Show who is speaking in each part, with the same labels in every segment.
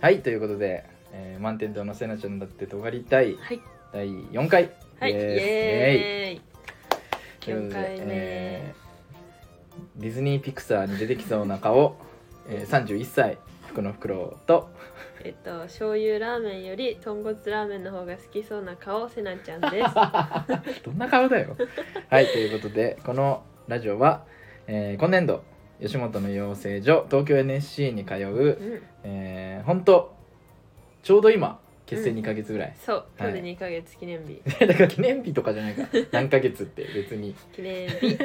Speaker 1: はいということで、えー、満天堂のせなちゃんだって尖りたい
Speaker 2: はい
Speaker 1: 第4回
Speaker 2: はいイ
Speaker 1: です
Speaker 2: エーイ
Speaker 1: イエーイ
Speaker 2: 4回
Speaker 1: ということで
Speaker 2: 目
Speaker 1: えーディズニーピクサーに出てきそうな顔、えー、31歳福の袋と
Speaker 2: えっと醤油ラーメンより豚骨ラーメンの方が好きそうな顔せなちゃんです
Speaker 1: どんな顔だ よはいということでこのラジオは、えー今年度吉本の養成所東京 NSC に通 う、
Speaker 2: うん
Speaker 1: えー、ほんとちょうど今結成2ヶ月ぐらい、
Speaker 2: そう今日で
Speaker 1: はい
Speaker 2: 2ヶ月記念 日
Speaker 1: だから記念日とかじゃないから何ヶ月って別に
Speaker 2: 記念日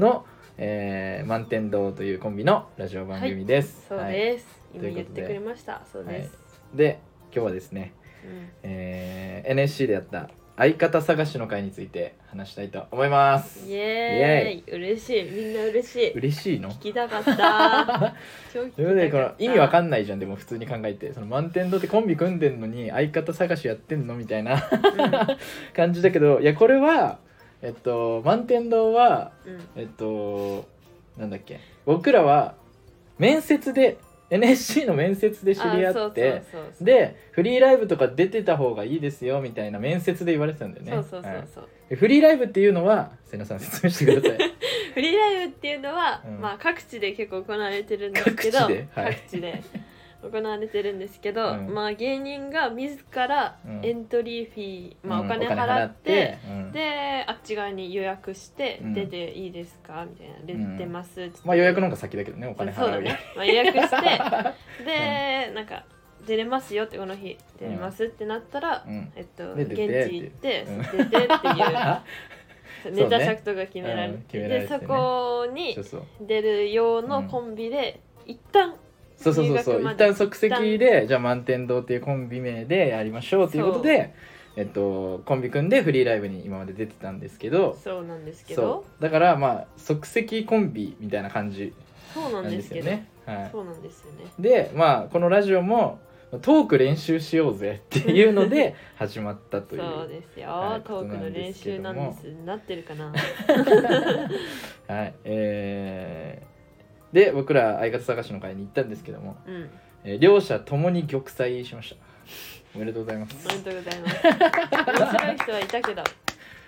Speaker 1: の、えー満天堂というコンビのラジオ番組です。
Speaker 2: そう
Speaker 1: はい
Speaker 2: です今
Speaker 1: ということで
Speaker 2: 言ってくれましたそうです
Speaker 1: で今日はですね、
Speaker 2: うん
Speaker 1: えー NSC でやった相方探しの会について話したいと思います。
Speaker 2: イエーイ嬉しいみんな嬉しい
Speaker 1: 嬉しいの
Speaker 2: 聞きたかった超聞き
Speaker 1: ということで
Speaker 2: た
Speaker 1: こ
Speaker 2: か
Speaker 1: の
Speaker 2: った
Speaker 1: 意味わかんないじゃんでも普通に考えてその満天堂ってコンビ組んでんのに相方探しやってんのみたいな 感じだけどいやこれはえっと満天堂は
Speaker 2: うんうん
Speaker 1: えっとなんだっけ僕らは面接で NSC の面接で知り合って
Speaker 2: あそうそうそうそう
Speaker 1: でフリーライブとか出てた方がいいですよみたいな面接で言われてたんだよね
Speaker 2: そうそうそ
Speaker 1: はいう
Speaker 2: そう
Speaker 1: でフリーライブっていうのは瀬名さん 説明してください
Speaker 2: フリーライブっていうのは、
Speaker 1: うん
Speaker 2: まあ各地で結構行われてるんですけど
Speaker 1: 各地ではい
Speaker 2: 各地で行われてるんですけど、
Speaker 1: うん
Speaker 2: まあ芸人が自ら
Speaker 1: うん
Speaker 2: エントリーフィー、まあ
Speaker 1: う
Speaker 2: お
Speaker 1: ん
Speaker 2: 金払って,、、
Speaker 1: うん
Speaker 2: であっち側に予約して
Speaker 1: うん
Speaker 2: 出ていいですかみたいな出
Speaker 1: うん
Speaker 2: てますって、
Speaker 1: まあ予約の方が先だけどねお金払う
Speaker 2: そう
Speaker 1: よ
Speaker 2: だ
Speaker 1: り
Speaker 2: ね、まあ、予 約してで、なんか出れますよってこの日出れますってなったら、
Speaker 1: うん
Speaker 2: えっと
Speaker 1: で
Speaker 2: 現
Speaker 1: 出
Speaker 2: 地
Speaker 1: て
Speaker 2: 行って
Speaker 1: うん
Speaker 2: 出てっ ていう
Speaker 1: うね
Speaker 2: ネタ尺とか決められ
Speaker 1: うん
Speaker 2: て,、
Speaker 1: 決められてね
Speaker 2: でそこに
Speaker 1: そうそう
Speaker 2: 出る用のコンビで、一旦
Speaker 1: そうそうそうそう
Speaker 2: 入学ま
Speaker 1: 一
Speaker 2: で
Speaker 1: 旦即席でじゃあ満天堂っていうコンビ名でやりましょうということでえっとコンビ組んでフリーライブに今まで出てたんですけど
Speaker 2: そうなんですけど
Speaker 1: そうだからまあ即席コンビみたいな感じ
Speaker 2: そう
Speaker 1: な
Speaker 2: なんんで
Speaker 1: ですす
Speaker 2: け
Speaker 1: よ
Speaker 2: ど
Speaker 1: ね。はい、
Speaker 2: そうなんですよね
Speaker 1: でまあこのラジオもトーク練習しようぜっていうの で始まったという
Speaker 2: そうですよ、
Speaker 1: はい
Speaker 2: トークの練習なんです なってるかな
Speaker 1: はいえーで僕ら相方探しの会に行ったんですけども、
Speaker 2: うん
Speaker 1: えー両者ともに玉砕しましたおめでとうございます
Speaker 2: おめでとうございます面白い人はいたけど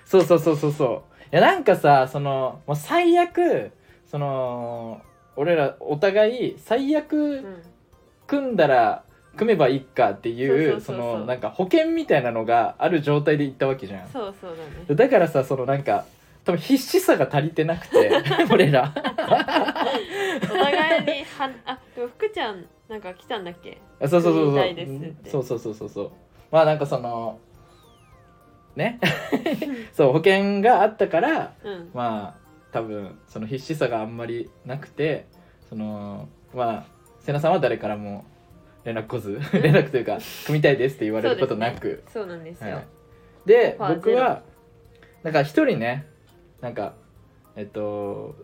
Speaker 1: そうそうそうそうそういやなんかさそのもう最悪その俺らお互い最
Speaker 2: う
Speaker 1: 悪
Speaker 2: ん
Speaker 1: 組んだら組めばいいかっていう
Speaker 2: そ
Speaker 1: そう
Speaker 2: そうそうそう
Speaker 1: のなんか保険みたいなのがある状態で行ったわけじゃん
Speaker 2: そうそうだね
Speaker 1: だからさそのなんか多分必死さが足りてなくて 俺ら
Speaker 2: お互いにはあでも福ちゃんなんか来たんだっけ
Speaker 1: あそうそうそう
Speaker 2: 組み
Speaker 1: そ
Speaker 2: た
Speaker 1: う
Speaker 2: いですって
Speaker 1: そうそうそうそうそうまあなんかその ねそう保険があったから
Speaker 2: うん
Speaker 1: まあ多分その必死さがあんまりなくてそのまあ瀬名さんは誰からも連絡来ず 連絡というか組みたいですって言われることなく
Speaker 2: そうなんです
Speaker 1: は
Speaker 2: よ
Speaker 1: い、で
Speaker 2: オファー
Speaker 1: 僕はなんか一人ねなんかえっと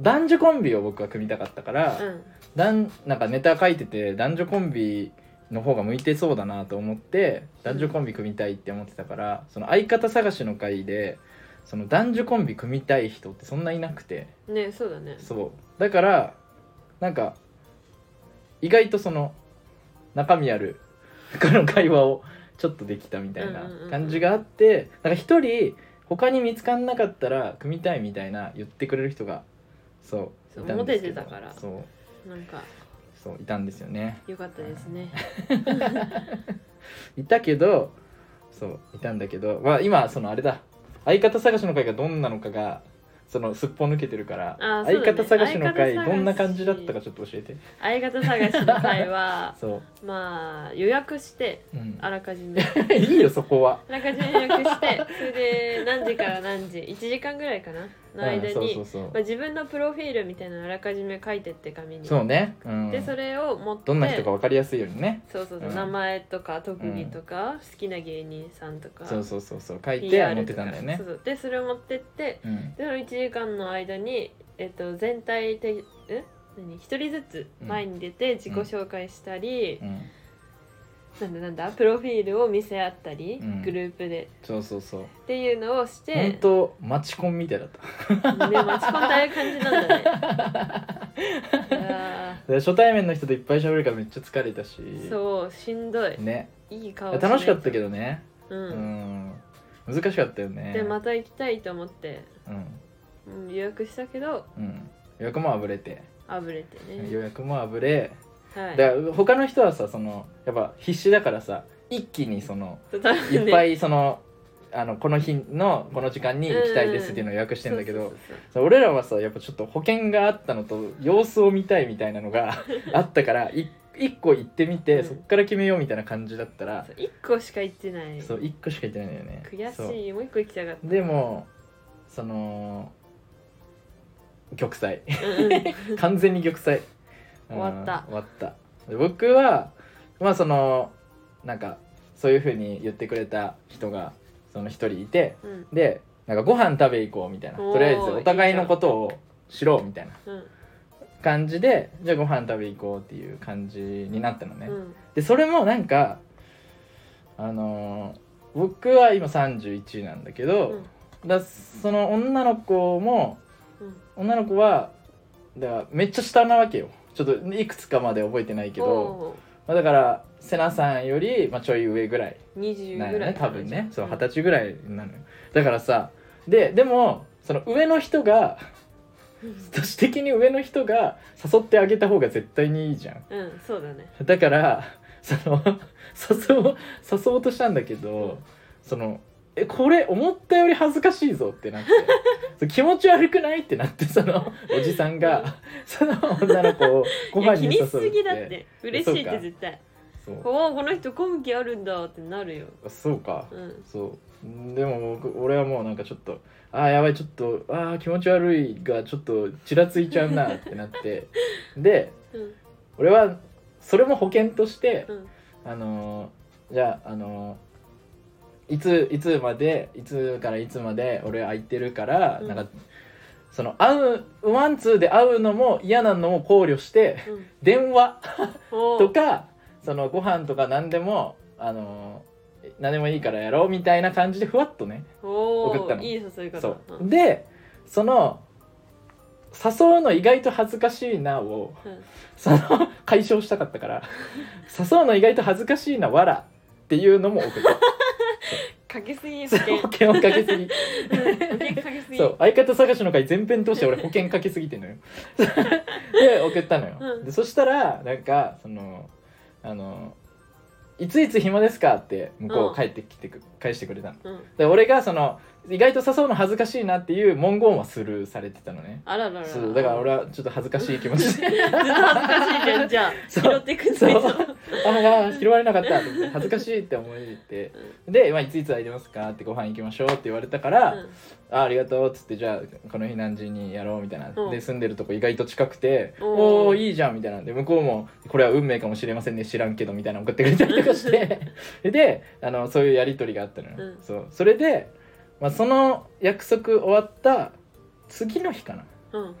Speaker 1: 男女コンビを僕は組みたかったから、
Speaker 2: うん
Speaker 1: 男なんかネタ書いてて男女コンビの方が向いてそうだなと思って男女コンビ組みたいって思ってたからその相方探しの会でその男女コンビ組みたい人ってそんないなくて
Speaker 2: ねそうだね
Speaker 1: そうだからなんか意外とその中身あるこの会話をちょっとできたみたいな
Speaker 2: うんうんうんうん
Speaker 1: 感じがあってなんか一人他に見つかんなかったら組みたいみたいな言ってくれる人がそう
Speaker 2: そう
Speaker 1: いたんですけど
Speaker 2: モテてたから
Speaker 1: そう
Speaker 2: なんか
Speaker 1: そういたんですよね
Speaker 2: 良かったですね
Speaker 1: いたけどそういたんだけどまあ今そのあれだ相方探しの会がどんなのかがそのすっぽ抜けてるから、
Speaker 2: あーそう
Speaker 1: 相
Speaker 2: だね
Speaker 1: 方探しの会
Speaker 2: 相方探し
Speaker 1: どんな感じだったかちょっと教えて
Speaker 2: 相方探しの会は
Speaker 1: そう、
Speaker 2: まあ予約して
Speaker 1: うん、
Speaker 2: あらかじめあ
Speaker 1: いいよそこは
Speaker 2: らかじめ予約して それで何時から何時1時間ぐらいかなの間に、
Speaker 1: うん、そうそう
Speaker 2: ま
Speaker 1: そう
Speaker 2: あ、自分のプロフィールみたいなのあらかじめ書いてって紙に
Speaker 1: そうね、うん、
Speaker 2: でそれを持って
Speaker 1: どんな人か分かりやすいようにね
Speaker 2: そうそうそう、
Speaker 1: うん
Speaker 2: 名前とか特技とか、好きな芸人さんとか
Speaker 1: そうそうそうそう書いて
Speaker 2: PR
Speaker 1: 持ってたんだよね
Speaker 2: とかそうそうでそれを持ってって
Speaker 1: うん
Speaker 2: でその1時間の間に、えっと、全体的え何一人ずつ前に出て自己紹介したり、
Speaker 1: うん
Speaker 2: なんだなんだプロフィールを見せ合ったり、
Speaker 1: うん
Speaker 2: グループで
Speaker 1: そうそうそう
Speaker 2: っていうのをして
Speaker 1: 本当マチコンみたいだった
Speaker 2: ね、待ち込んだ感じなんだね。 いや
Speaker 1: で初対面の人といっぱい喋るからめっちゃ疲れたし
Speaker 2: ーそうしんどい
Speaker 1: ね
Speaker 2: いい顔しない
Speaker 1: 楽しかったけどね
Speaker 2: う、
Speaker 1: うんん難しかったよね
Speaker 2: でまた行きたいと思って、
Speaker 1: うん
Speaker 2: うん、予約したけど
Speaker 1: うん予約もあぶれて
Speaker 2: あぶれてね
Speaker 1: 予約もあぶれ
Speaker 2: はい
Speaker 1: だから他の人はさそのやっぱ必死だからさ一気にその
Speaker 2: そう多分ね
Speaker 1: いっぱいそのあのこの日のこの時間に行きたいですっていうのを予約してんだけど、
Speaker 2: そうそうそう
Speaker 1: そう俺らはさやっぱちょっと保険があったのと様子を見たいみたいなの があったからい一個行ってみて、
Speaker 2: うん
Speaker 1: そっから決めようみたいな感じだったら
Speaker 2: そう一個しか行ってない
Speaker 1: そう一個しか行ってないんだよね
Speaker 2: 悔
Speaker 1: そ
Speaker 2: しいもう一個行きたかった
Speaker 1: うでもその玉 砕
Speaker 2: うんうん
Speaker 1: 完全に玉砕うん
Speaker 2: 終わった
Speaker 1: 終わったで僕はまあそのなんかそういうふうに言ってくれた人がその一人いて
Speaker 2: うん
Speaker 1: でなんかご飯食べ行こうみたいな
Speaker 2: おー
Speaker 1: とりあえずお互いのことを知ろうみたいな
Speaker 2: うん
Speaker 1: 感じでじゃあご飯食べ行こうっていう感じになったのね、
Speaker 2: うん
Speaker 1: でそれもなんかあのー僕は今31なんだけど、だその女の子も
Speaker 2: うん
Speaker 1: 女の子はだからめっちゃ下なわけよちょっといくつかまで覚えてないけど、
Speaker 2: おー
Speaker 1: まあ、だから瀬名さんより、まあ、ちょい上ぐらいな
Speaker 2: 20
Speaker 1: んよ
Speaker 2: ぐらい
Speaker 1: ね多分ねそう
Speaker 2: うん
Speaker 1: 二十歳ぐらいなのよだからさででもその上の人が 年的に上の人が誘ってあげた方が絶対にいいじゃん
Speaker 2: うんそうだね
Speaker 1: だからその 誘おう誘おうとしたんだけど、そのえこれ思ったより恥ずかしいぞって なってそう気持ち悪くないってなってそのおじさんがその女の子をご
Speaker 2: いや
Speaker 1: 飯に
Speaker 2: 気に
Speaker 1: 誘う
Speaker 2: しすぎだって嬉しいって絶対
Speaker 1: そう
Speaker 2: おおこの人今季あるんだってなるよ
Speaker 1: そうか
Speaker 2: うん
Speaker 1: そうでも僕俺はもうなんかちょっとあーやばいちょっとあー気持ち悪いがちょっとちらついちゃうなってなって で
Speaker 2: うん
Speaker 1: 俺はそれも保険として
Speaker 2: う、ん
Speaker 1: あのーじゃああのーいついつまでいつからいつまで俺空いてるから、
Speaker 2: うん
Speaker 1: なんかその会うワンツーで会うのも嫌なのも考慮して
Speaker 2: うん
Speaker 1: 電話
Speaker 2: おー
Speaker 1: とかそのご飯とか何でもあのー何でもいいからやろうみたいな感じでふわっとね
Speaker 2: お
Speaker 1: 送ったの
Speaker 2: ーいい誘い方
Speaker 1: そううんでその誘うの意外と恥ずかしいなを
Speaker 2: うん
Speaker 1: その 解消したかったから誘うの意外と恥ずかしいなわらっていうのも送った
Speaker 2: かけすぎ
Speaker 1: そ
Speaker 2: 保
Speaker 1: う
Speaker 2: 険
Speaker 1: 保険をかけす ぎ
Speaker 2: うん保険かけすぎ
Speaker 1: そう相方探しの会全編通して俺保険かけすぎてんのよ で送ったのよ、
Speaker 2: うん
Speaker 1: でそしたらなんかそのあの「いついつ暇ですか?」って向こ
Speaker 2: うん
Speaker 1: う帰ってきてく、返してくれたの
Speaker 2: うん
Speaker 1: で俺がその意外と誘うの恥ずかしいなっていう文言はスルーされてたのね
Speaker 2: あらららら
Speaker 1: そうだから俺はちょっと恥ずかしい気持ちで
Speaker 2: ずっと恥ずかしいじゃんじゃあ拾
Speaker 1: そう
Speaker 2: ってくん
Speaker 1: そう
Speaker 2: ないと
Speaker 1: ああ拾われなかったと思って恥ずかしいって思ってで、まあ「いついつ空いてますか?」って「ご飯行きましょう」って言われたから「
Speaker 2: うん
Speaker 1: あありがとう」っつって「じゃあこの日何時にやろう」みたいな、
Speaker 2: うん
Speaker 1: で住んでるとこ意外と近くて「
Speaker 2: おー
Speaker 1: おおーいいじゃん」みたいなんで向こうも「これは運命かもしれませんね知らんけど」みたいなの送ってくれたりとかしてであのそういうやり取りがあったのよ、
Speaker 2: うん
Speaker 1: そうそれで、まあ、その約束終わった次の日かな
Speaker 2: うん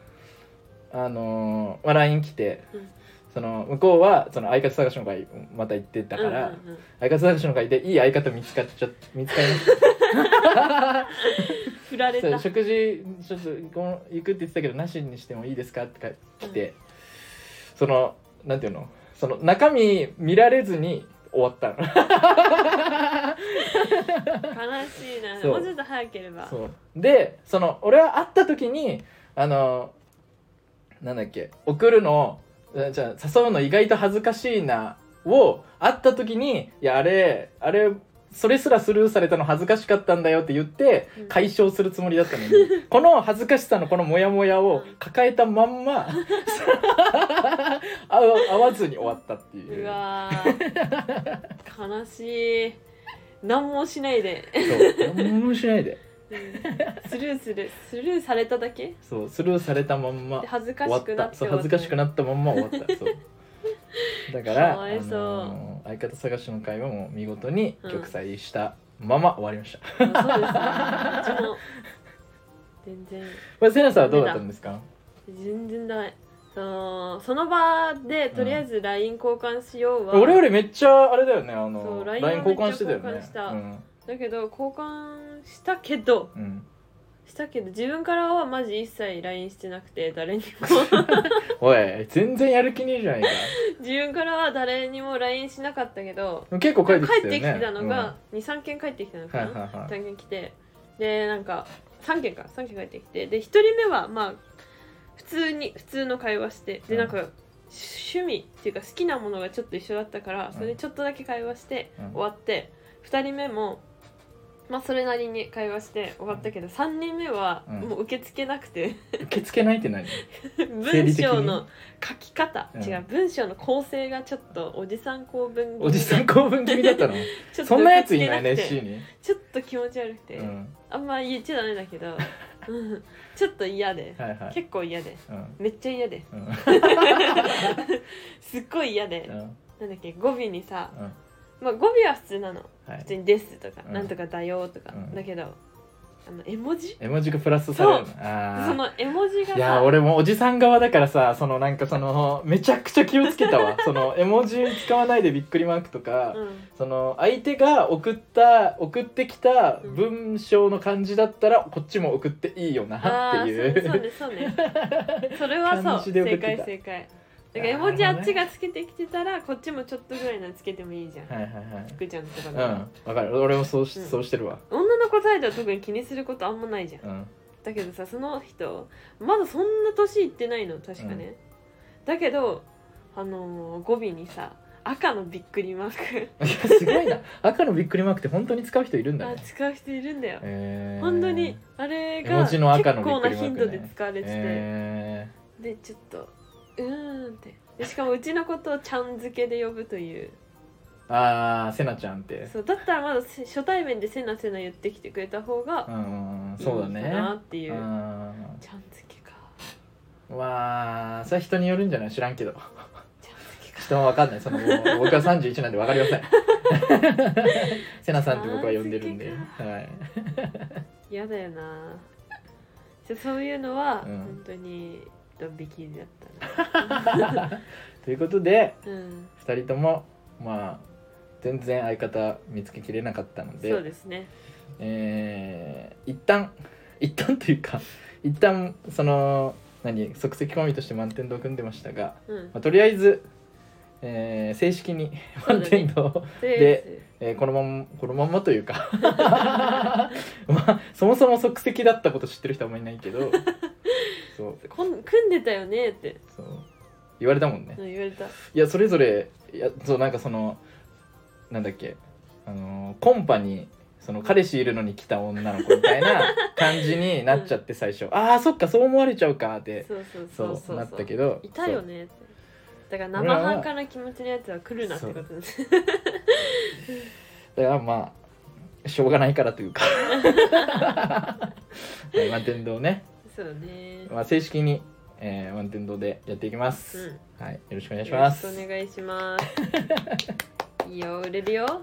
Speaker 1: あのーまあ、LINE 来て、
Speaker 2: うん
Speaker 1: その向こうはその相方探しの会また行ってたから、
Speaker 2: うんうんうん
Speaker 1: 相方探しの会でいい相方見つかっ ちゃ見つかりまし
Speaker 2: 振られ
Speaker 1: た
Speaker 2: た
Speaker 1: 食事ちょっとこの行くって言ってたけどなしにしてもいいですかってか来て、そのなんていうのその中身見られずに終わったの
Speaker 2: 悲しいな
Speaker 1: そう
Speaker 2: もうちょっと早ければ
Speaker 1: そうでその俺は会った時にあのなんだっけ送るのをえじゃあ誘うの意外と恥ずかしいなを会った時にいやあれあれそれすらスルーされたの恥ずかしかったんだよって言って
Speaker 2: うん
Speaker 1: 解消するつもりだった のに、この恥ずかしさのこのモヤモヤを抱えたまんま 会う会わずに終わったっていう
Speaker 2: うわー悲しい何もしないで
Speaker 1: そう何もしないで
Speaker 2: スルーするスルーされただけ
Speaker 1: そうスルーされたまんま
Speaker 2: で恥ずか
Speaker 1: 終わ
Speaker 2: し
Speaker 1: っ
Speaker 2: くなったて
Speaker 1: そう恥ずかしくなったまんま終わ ったそうだから
Speaker 2: かわいそう
Speaker 1: のー相方探しの会はもう見事に玉砕したまま終わりま した、
Speaker 2: 終わった あそうですねうちも全然
Speaker 1: これセナさんはどうだったんですか
Speaker 2: 全然ないそのその場でとりあえず LINE 交換しようは、
Speaker 1: 俺よりめっちゃあれだよねあ
Speaker 2: そ
Speaker 1: の
Speaker 2: う
Speaker 1: LINE
Speaker 2: LINE
Speaker 1: 交換してたよね
Speaker 2: 交換した
Speaker 1: うん
Speaker 2: だけど交換したけど
Speaker 1: うん
Speaker 2: したけど自分からはマジ一切 LINE してなくて誰にも
Speaker 1: おい全然やる気ねえじゃないか
Speaker 2: 自分からは誰にも LINE しなかったけど
Speaker 1: でも結構帰
Speaker 2: 帰
Speaker 1: ってきたよね
Speaker 2: ってきてたのが、23件帰ってきたの
Speaker 1: うん
Speaker 2: か
Speaker 1: は
Speaker 2: な、
Speaker 1: いはいはい
Speaker 2: 3件来てでなんか3件か3件帰ってきてで1人目はまあ普通に普通の会話して
Speaker 1: う
Speaker 2: で
Speaker 1: ん
Speaker 2: なんか趣味っていうか好きなものがちょっと一緒だったからそれでちょっとだけ会話して
Speaker 1: うん
Speaker 2: 終わって2人目もまあそれなりに会話して終わったけど3人目は
Speaker 1: うん
Speaker 2: もう受け付けな くて
Speaker 1: 受け付けないって何生
Speaker 2: 文
Speaker 1: 理的に
Speaker 2: 章の書き方
Speaker 1: うん
Speaker 2: 違う文章の構成がちょっとおじさん公文
Speaker 1: おじさん公文気味だ ったの
Speaker 2: ちょっと
Speaker 1: そんなやついないね
Speaker 2: 受け付け
Speaker 1: C
Speaker 2: くて
Speaker 1: に、
Speaker 2: ちょっと気持ち悪くて、
Speaker 1: うん、
Speaker 2: あんま言っちゃダメだけどうんちょっと嫌で
Speaker 1: はいはい、
Speaker 2: 結構嫌で
Speaker 1: うん
Speaker 2: めっちゃ嫌で
Speaker 1: うん
Speaker 2: すっごい嫌で
Speaker 1: う、ん
Speaker 2: なんだっけ語尾にさ、
Speaker 1: うん
Speaker 2: まあ、語尾は普通なの
Speaker 1: は
Speaker 2: 普
Speaker 1: い
Speaker 2: 通に「です」とか「
Speaker 1: うん
Speaker 2: なんとかだよ」とか、
Speaker 1: うん
Speaker 2: だけどあの絵文字
Speaker 1: 絵文字がプラスされる
Speaker 2: そ
Speaker 1: あー
Speaker 2: その絵文字が
Speaker 1: いや
Speaker 2: さ
Speaker 1: 俺もおじさん側だからさそのなんかそのめちゃくちゃ気をつけた わその絵文字使わないでびっくりマークとか、
Speaker 2: うん
Speaker 1: その相手が送った送ってきた文章の感じだったらこっちも送っていいよな
Speaker 2: あ
Speaker 1: っ
Speaker 2: あ
Speaker 1: て
Speaker 2: ー
Speaker 1: いう
Speaker 2: そうねそう ねそうねそれは
Speaker 1: 感
Speaker 2: そう
Speaker 1: じで送っ
Speaker 2: 正
Speaker 1: てた
Speaker 2: 解正解だから絵文字
Speaker 1: な
Speaker 2: あ
Speaker 1: るほどね
Speaker 2: っちがつけてきてたらこっちもちょっとぐらいのつけてもいいじゃん、
Speaker 1: はいはいはい
Speaker 2: 福ちゃんとか
Speaker 1: う
Speaker 2: の
Speaker 1: んわかる俺もそうし,、
Speaker 2: うん
Speaker 1: そうしてるわ
Speaker 2: 女の子サイドは特に気にすることあんまないじゃん
Speaker 1: うん
Speaker 2: だけどさその人まだそんな年いってないの確かね、だけどあのー語尾にさ赤のびっくりマーク
Speaker 1: いやすごいな赤のびっくりマークって本当に使う人いるんだ
Speaker 2: あ
Speaker 1: ね
Speaker 2: 使う人いるんだよ、
Speaker 1: えー
Speaker 2: 本当にあれ
Speaker 1: 絵
Speaker 2: が
Speaker 1: 文
Speaker 2: 結
Speaker 1: 字の赤のびっ
Speaker 2: 構
Speaker 1: く
Speaker 2: な
Speaker 1: りマークね
Speaker 2: 頻度で使われてて、
Speaker 1: え
Speaker 2: でちょっとうーんってでしかもうちのことをちゃん付けで呼ぶという
Speaker 1: ー、あーせなちゃんって
Speaker 2: そうだったらまだせ初対面でせなせな言ってきてくれた方
Speaker 1: う
Speaker 2: が
Speaker 1: ん
Speaker 2: いい
Speaker 1: そうだね
Speaker 2: かなっていう、
Speaker 1: うん
Speaker 2: ちゃん付けか
Speaker 1: まあそれは人によるんじゃない知らんけど
Speaker 2: ちゃん付けか
Speaker 1: 人は分かんないそのもう僕は31なんで分かりま せんセナさんって僕は呼んでるんで、 はい、
Speaker 2: 嫌だよな じゃそういうのは
Speaker 1: うん
Speaker 2: 本当にドン引きだったな、
Speaker 1: ということで
Speaker 2: うん、
Speaker 1: 2人ともまあ全然相方見つけきれなかったので
Speaker 2: そうですね
Speaker 1: えー一旦一旦というか一旦その何即席コンビとして満点度を組んでましたが、
Speaker 2: うん
Speaker 1: まあ、とりあえず、えー正式に
Speaker 2: そ
Speaker 1: 満
Speaker 2: うだね
Speaker 1: 点度を
Speaker 2: とりあえ
Speaker 1: えーこのままこのまんまというか まあそもそも即席だったこと知ってる人はあんまりいないけどそう
Speaker 2: ずこん組んでたよねって
Speaker 1: そう言われたもんね、
Speaker 2: うん言われた
Speaker 1: いやそれぞれいやそうなんかそのなんだっけあのーコンパにその彼氏いるのに来た女の子みたい な感じになっちゃって最初、ああそっかそう思われちゃうかって
Speaker 2: そうそう
Speaker 1: そ
Speaker 2: そううそう
Speaker 1: なったけど
Speaker 2: いたよねってだから生半可な気持ちのやつは来るなってことです
Speaker 1: そうだからまあしょうがないからという かはい満天堂ね
Speaker 2: そうね
Speaker 1: まあ、正式に、えー、満天堂でやっていきま
Speaker 2: う
Speaker 1: す、
Speaker 2: ん
Speaker 1: はいよろしくお願いし
Speaker 2: よろ
Speaker 1: ま
Speaker 2: し
Speaker 1: す
Speaker 2: くお願いしますいいよ売れるよ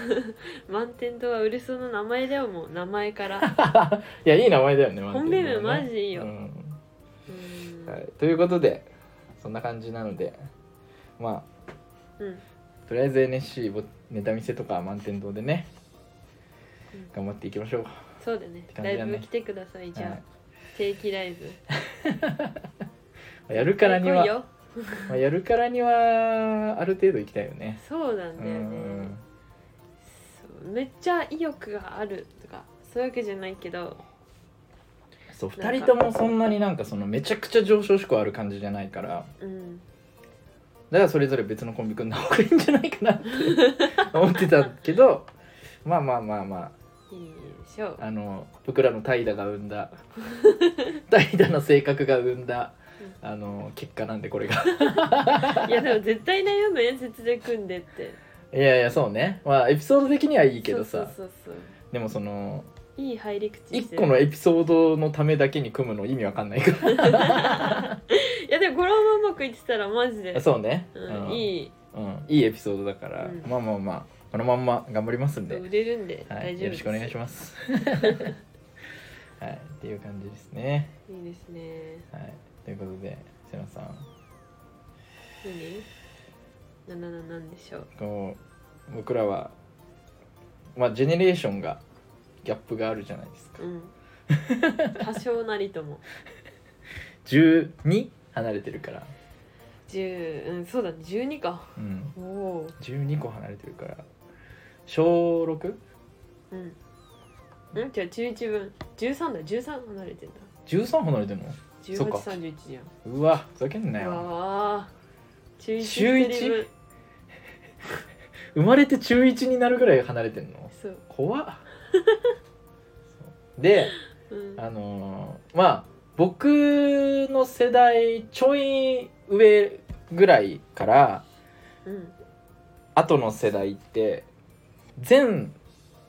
Speaker 2: 満天堂は売れそうな名前だよもう名前から
Speaker 1: いやいい名前だよね満天堂ね
Speaker 2: 本命名マジいいよ
Speaker 1: うん
Speaker 2: うん、
Speaker 1: はい、ということでそんな感じなのでま
Speaker 2: うん
Speaker 1: あとりあえず NSC ぼネタ見せとか満天堂でね
Speaker 2: うん
Speaker 1: 頑張っていきましょう
Speaker 2: そうだね
Speaker 1: 感
Speaker 2: ラ
Speaker 1: じ
Speaker 2: イ
Speaker 1: だね
Speaker 2: ブ来てくださいじゃあ、
Speaker 1: はい
Speaker 2: 定期ライブ
Speaker 1: やるからに
Speaker 2: 来、
Speaker 1: はい
Speaker 2: よ
Speaker 1: まあ、やるからにはある程度行きたいよね
Speaker 2: そうなんだよね
Speaker 1: うん
Speaker 2: そうめっちゃ意欲があるとかそういうわけじゃないけど
Speaker 1: そう
Speaker 2: なんか
Speaker 1: 2人ともそんなになんかそのめちゃくちゃ上昇志向ある感じじゃないから
Speaker 2: うん
Speaker 1: だからそれぞれ別のコンビ組んだ方がいいんじゃないか なって思ってたけどまあまあまあま
Speaker 2: いいでしょ う
Speaker 1: ああの僕らの怠惰が生ん だ怠惰の性格が生んだあの結果なんでこれが
Speaker 2: いやでも絶対悩む演説で組んでって
Speaker 1: いやいやそうねまあエピソード的にはいいけどさ
Speaker 2: そうそうそうそう
Speaker 1: でもその
Speaker 2: いい入り口し
Speaker 1: 1
Speaker 2: てる
Speaker 1: 個のエピソードのためだけに組むの意味わかんないか
Speaker 2: いやでもゴロもうまくいってたらマジ
Speaker 1: ら
Speaker 2: で、
Speaker 1: そうね、
Speaker 2: うん
Speaker 1: い、
Speaker 2: いい
Speaker 1: うん、いいエピソードだから、
Speaker 2: うん
Speaker 1: まあまあまあこのまんま頑張りますんで
Speaker 2: 売れるんで
Speaker 1: はい、
Speaker 2: 大丈夫です、
Speaker 1: よろしくお願いし ます。はい、っていう感じですね。
Speaker 2: すいいですね
Speaker 1: はい、ということで、せなさん、
Speaker 2: 何ななななんでしょう
Speaker 1: こう、僕らは。まあ、ジェネレーションが、ギャップがあるじゃないですか
Speaker 2: う。ん多少なりとも
Speaker 1: 12離れてるから、
Speaker 2: 10うんそうだね12か
Speaker 1: うん、
Speaker 2: おお
Speaker 1: 12個離れてるから小 6?13
Speaker 2: うんんじゃあ11分13だ13離れてんだ
Speaker 1: 離れてるのそっか
Speaker 2: 1831じゃん
Speaker 1: うわふざけんな
Speaker 2: う
Speaker 1: よ
Speaker 2: わー中
Speaker 1: 中一
Speaker 2: 1
Speaker 1: 生まれて中1になるぐらい離れてるの
Speaker 2: そう、
Speaker 1: 怖っそうで
Speaker 2: うん、
Speaker 1: あのーまあ僕の世代ちょい上ぐらいから
Speaker 2: うん
Speaker 1: 後の世代って全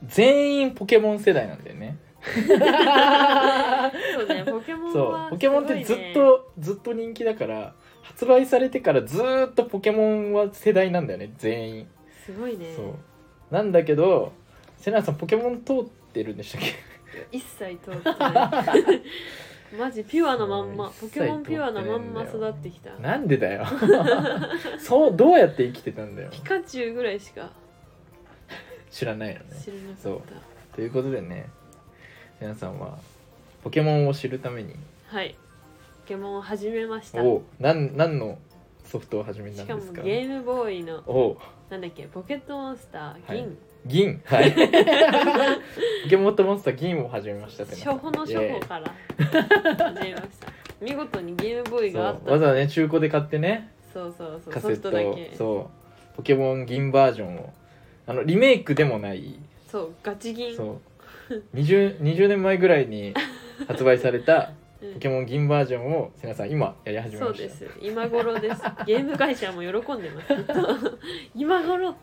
Speaker 1: 全員ポケモン世代なんだよ ね
Speaker 2: そうねポケモン
Speaker 1: そ
Speaker 2: は
Speaker 1: うポケモンってずっと、ずっと人気だから発売されてからずーっとポケモンは世代なんだよね全員、
Speaker 2: すごいねす
Speaker 1: そ
Speaker 2: ごいうね
Speaker 1: なんだけどセナさんポケモン通ってるんでしたっけ
Speaker 2: 一切通ってない マジピュアなまんま
Speaker 1: そ
Speaker 2: ポ
Speaker 1: う
Speaker 2: ケモンピュアなまんま
Speaker 1: 一切通って
Speaker 2: 育
Speaker 1: ないんだよ
Speaker 2: ってきた
Speaker 1: なんでだよ そうどうやって生きてたんだよ
Speaker 2: ピカチュウぐらいしか
Speaker 1: 知らないのね
Speaker 2: 知らなか
Speaker 1: そ
Speaker 2: っ
Speaker 1: うということでね皆さんはポケモンを知るために
Speaker 2: たはいポケモンを始めました
Speaker 1: お何何のソフトを始めた
Speaker 2: し
Speaker 1: ん
Speaker 2: か
Speaker 1: で
Speaker 2: も
Speaker 1: すか
Speaker 2: ゲームボーイの
Speaker 1: お
Speaker 2: なんだっけポケットモンスター
Speaker 1: 銀
Speaker 2: 銀、
Speaker 1: はい ポケモンとモンスター銀を始めましたってな
Speaker 2: 初歩の初
Speaker 1: イエー
Speaker 2: 歩
Speaker 1: イ
Speaker 2: から始めました見事にゲームボーイ
Speaker 1: そう
Speaker 2: があ
Speaker 1: わ
Speaker 2: っ
Speaker 1: ざわ
Speaker 2: た
Speaker 1: ざね中古で買ってね
Speaker 2: そうそうそう
Speaker 1: カ
Speaker 2: ソ
Speaker 1: セ
Speaker 2: フ
Speaker 1: ッ
Speaker 2: ト
Speaker 1: ト
Speaker 2: だけそう
Speaker 1: そうポケモン銀バージョンをあのリメイクでもない
Speaker 2: ガチ銀
Speaker 1: そう 20, 20年前ぐらいに発売され た
Speaker 2: うん
Speaker 1: ポケモン銀バージョンを瀬名さん今やり始め
Speaker 2: そ
Speaker 1: ま
Speaker 2: う
Speaker 1: した
Speaker 2: です今頃ですゲーム会社も喜んでます きっと今頃
Speaker 1: ま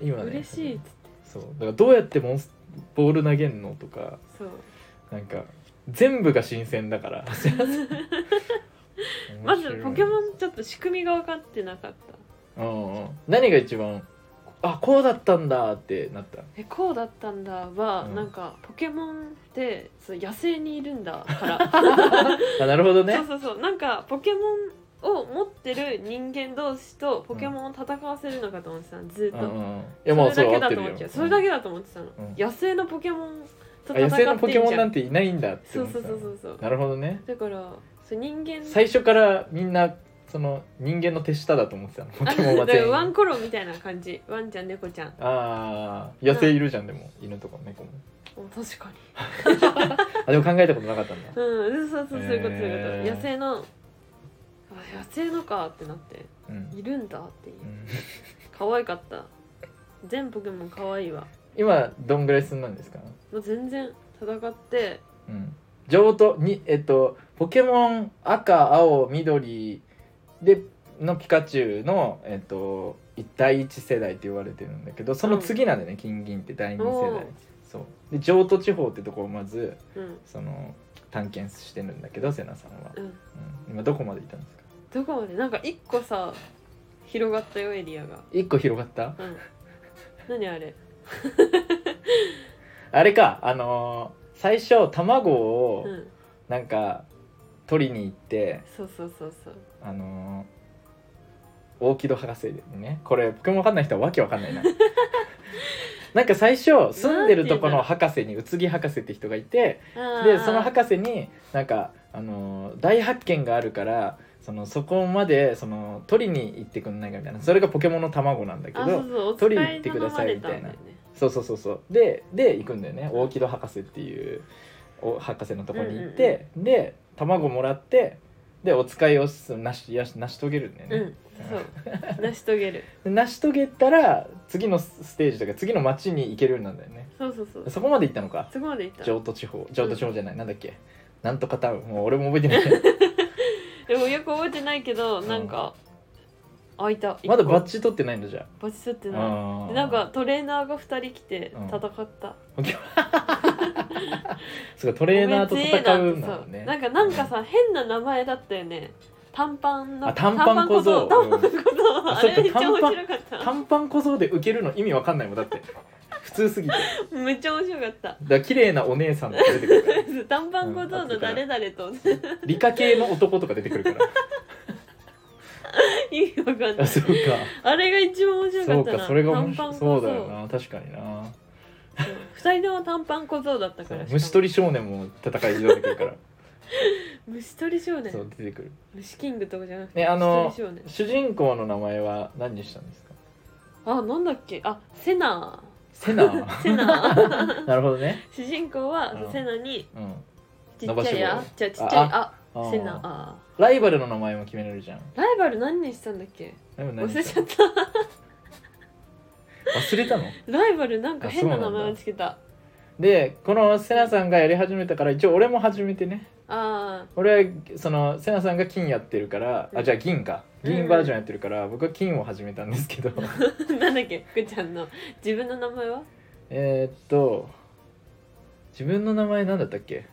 Speaker 1: 今ね
Speaker 2: 嬉しいっつって
Speaker 1: そうだからどうやってモンスボール投げんのとか
Speaker 2: そう
Speaker 1: なんか全部が新鮮だから
Speaker 2: まずポケ
Speaker 1: ン
Speaker 2: モンちょっと仕組みが分かってなかった
Speaker 1: うんうん何が一番あこうだったんだってなった
Speaker 2: えこうだったんだは、
Speaker 1: うん
Speaker 2: なんかポケモンってそう野生にいるんだから
Speaker 1: あなるほど
Speaker 2: そ う
Speaker 1: ね
Speaker 2: そうそうなんかポケモンを持ってる人間同士とポケモンを戦わせるのかと思ってたのずっ
Speaker 1: う
Speaker 2: と、
Speaker 1: んうんうんいやもう
Speaker 2: そ
Speaker 1: そう合
Speaker 2: れだけ
Speaker 1: っ
Speaker 2: だ
Speaker 1: て
Speaker 2: と
Speaker 1: るよ
Speaker 2: 思ってそれだけだと思ってたの、
Speaker 1: うん
Speaker 2: 野生のポケモンと
Speaker 1: あ
Speaker 2: 戦
Speaker 1: 野生の
Speaker 2: っ
Speaker 1: ポ
Speaker 2: て
Speaker 1: ケ
Speaker 2: ん
Speaker 1: モ
Speaker 2: じ
Speaker 1: ン
Speaker 2: ゃ
Speaker 1: なんんていないんだって
Speaker 2: そ
Speaker 1: 思
Speaker 2: う
Speaker 1: って
Speaker 2: そ
Speaker 1: た
Speaker 2: うそうそうそう
Speaker 1: なるほどね
Speaker 2: だからそう人間
Speaker 1: 最初からみんなその人間の手下だと思って たのポケモンは
Speaker 2: だか
Speaker 1: 全
Speaker 2: ら
Speaker 1: 員
Speaker 2: ワンコロみたいな感じワンちゃん猫ちゃん
Speaker 1: あー野生いるじゃんでも犬とか猫も
Speaker 2: お確かに
Speaker 1: あでも考えたことなかったんだ
Speaker 2: うんそうそうそうそういうことそういう
Speaker 1: へー
Speaker 2: こと野生のあ野生のかってなって
Speaker 1: うん
Speaker 2: いるんだっていう
Speaker 1: うん
Speaker 2: 可愛かった全ポケモン可愛いわ
Speaker 1: 今どんぐらい進んだんですか、
Speaker 2: もう全然戦って
Speaker 1: うん、上等にえっとポケモン赤青緑でのピカチュウの、えっと、一対一世代って言われてるんだけどその次なんだよね、金銀って第二世
Speaker 2: お
Speaker 1: 代
Speaker 2: ー
Speaker 1: そうで上都地方ってとこをまず
Speaker 2: うん
Speaker 1: その探検してるんだけど瀬名さんは、
Speaker 2: うん
Speaker 1: うん、今どこまでいたんですか
Speaker 2: どこまでなんか一個さ広がったよエリアが
Speaker 1: 一個広がった
Speaker 2: うん何あれ
Speaker 1: あれかあのー最初卵を
Speaker 2: うん
Speaker 1: なんか取りに行って、
Speaker 2: そうそうそうそう
Speaker 1: あのー、大木戸博士でねこれポケモンわかんない人はわけわかんないな なんか最初住んでるとこの博士に宇津木博士って人がいてでその
Speaker 2: は
Speaker 1: 博士になんか、あのー大発見があるからそのそこまでその取りに行ってくんないかみたいなそれがポケモンの卵なんだけ
Speaker 2: あそ
Speaker 1: ど
Speaker 2: うそうお
Speaker 1: 取
Speaker 2: 伝
Speaker 1: りに行
Speaker 2: え
Speaker 1: ってく
Speaker 2: の
Speaker 1: だ
Speaker 2: ま
Speaker 1: さ
Speaker 2: ま
Speaker 1: い
Speaker 2: 出
Speaker 1: み
Speaker 2: た
Speaker 1: た
Speaker 2: ん
Speaker 1: い
Speaker 2: だ
Speaker 1: な
Speaker 2: よね
Speaker 1: そうそうそうそうでで行くんだよね大木戸博士っていうお博士のとこに行って、で卵もらってでお使いをすなしやし成し遂げるんだよね、
Speaker 2: うんそう成し遂げる
Speaker 1: で成し遂げたら次のスステージとか次の町に行けるようになるんだよね
Speaker 2: そうそうそう
Speaker 1: そこまで行ったのか
Speaker 2: そこまで行った
Speaker 1: 上都地方上都地方じゃない、なんだっけなんとかタウンもう俺も 覚えてない
Speaker 2: でもよく覚えてないけど
Speaker 1: うん
Speaker 2: なんか開いた
Speaker 1: まだバッ
Speaker 2: チ
Speaker 1: チ取ってないんだじゃ
Speaker 2: バチ吸って
Speaker 1: あ
Speaker 2: ない
Speaker 1: あー
Speaker 2: でなんかトレーナーが2人来て
Speaker 1: うん
Speaker 2: 戦った
Speaker 1: すごいトレーナーと
Speaker 2: ごめん強えな
Speaker 1: 戦
Speaker 2: って
Speaker 1: うんだもんね
Speaker 2: そうなんかなんかさ変な名前だったよね短パンの
Speaker 1: あ短パン小僧
Speaker 2: 短パン小僧
Speaker 1: うん
Speaker 2: 短パ
Speaker 1: あ
Speaker 2: ン小僧あ
Speaker 1: そっか
Speaker 2: れめっちゃ面白かった
Speaker 1: 短パン小僧で受けるの意味わかんないもんだって普通すぎてだか
Speaker 2: めっちゃ面白かった
Speaker 1: ら綺麗なお姉さんとか出てくるから
Speaker 2: 短パン小僧の誰々と
Speaker 1: 理科系の男とか出てくるから
Speaker 2: 意味わかんな
Speaker 1: あ
Speaker 2: い
Speaker 1: そうか
Speaker 2: あれが一番面白
Speaker 1: そ
Speaker 2: かっ
Speaker 1: う
Speaker 2: た
Speaker 1: か
Speaker 2: な
Speaker 1: それが面
Speaker 2: 短
Speaker 1: 白
Speaker 2: パン
Speaker 1: いそ
Speaker 2: 小僧
Speaker 1: うだよな確かにな
Speaker 2: 2人とも短パン小僧だったから
Speaker 1: 虫取り少年も戦いに出てくるから
Speaker 2: り虫取り少年
Speaker 1: そう出てくる
Speaker 2: 虫キングとかじゃなくて、
Speaker 1: ねあの
Speaker 2: 虫取り
Speaker 1: 主人公の名前は何にしたんですか
Speaker 2: 少年あなんだっけあセナ
Speaker 1: セナー
Speaker 2: セナ
Speaker 1: なるほどね、
Speaker 2: 主人公は
Speaker 1: うん
Speaker 2: セナに
Speaker 1: うん、
Speaker 2: ちっちゃい
Speaker 1: 伸ば
Speaker 2: あ
Speaker 1: し
Speaker 2: じゃあちっちゃいあ
Speaker 1: あー
Speaker 2: セナあ
Speaker 1: ライバルの名前も決めれるじゃん
Speaker 2: ーライバル何にしたんだっけ
Speaker 1: でも何
Speaker 2: 忘れちゃった
Speaker 1: 忘れたの
Speaker 2: ライバルなんか変な
Speaker 1: あそ
Speaker 2: 名
Speaker 1: うなんだ
Speaker 2: 前をつけた
Speaker 1: でこのセナさんがやり始めたから一応俺も始めてね
Speaker 2: あ
Speaker 1: 俺はそのセナさんが金やってるから
Speaker 2: う
Speaker 1: あ
Speaker 2: ん
Speaker 1: じゃあ銀か銀バージョンやってるから僕は金を始めたんですけど
Speaker 2: ーなんだっけ福ちゃんの自分の名前は
Speaker 1: えーっと自分の名前なんだったっけ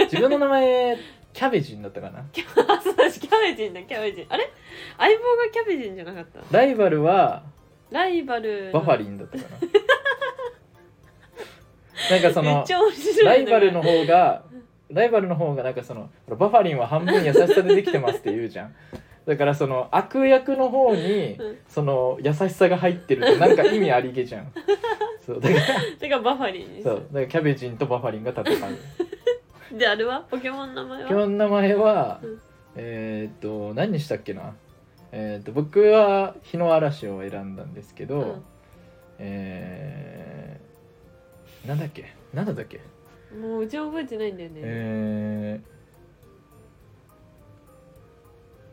Speaker 1: 自分の名前キャベジンだったかな
Speaker 2: あそうだキャベジンだキャベジンあれ相棒がキャベジンじゃなかった
Speaker 1: ライバルは
Speaker 2: ライバル
Speaker 1: バファ
Speaker 2: リ
Speaker 1: リンだったかな なんかそ
Speaker 2: めっ
Speaker 1: の
Speaker 2: ちゃ面白い
Speaker 1: ライバルの方がライバルの方がなんかそのほらバファリンは半分優しさでできてますって言うじゃんだからその悪役の方に
Speaker 2: うん
Speaker 1: その優しさが入ってるとなんか意味ありげじゃんそうだから
Speaker 2: てかバファリンにし
Speaker 1: そ
Speaker 2: た
Speaker 1: うだからキャベジンとバファリンが戦う
Speaker 2: であれはポケモンの名前
Speaker 1: 基
Speaker 2: は
Speaker 1: 本名前は
Speaker 2: うん
Speaker 1: えーっと何にしたっけなえーっと僕は日の嵐を選んだんですけど、えー、なんだっけなんだったっけ
Speaker 2: うんもううち覚えてないんだよね、
Speaker 1: え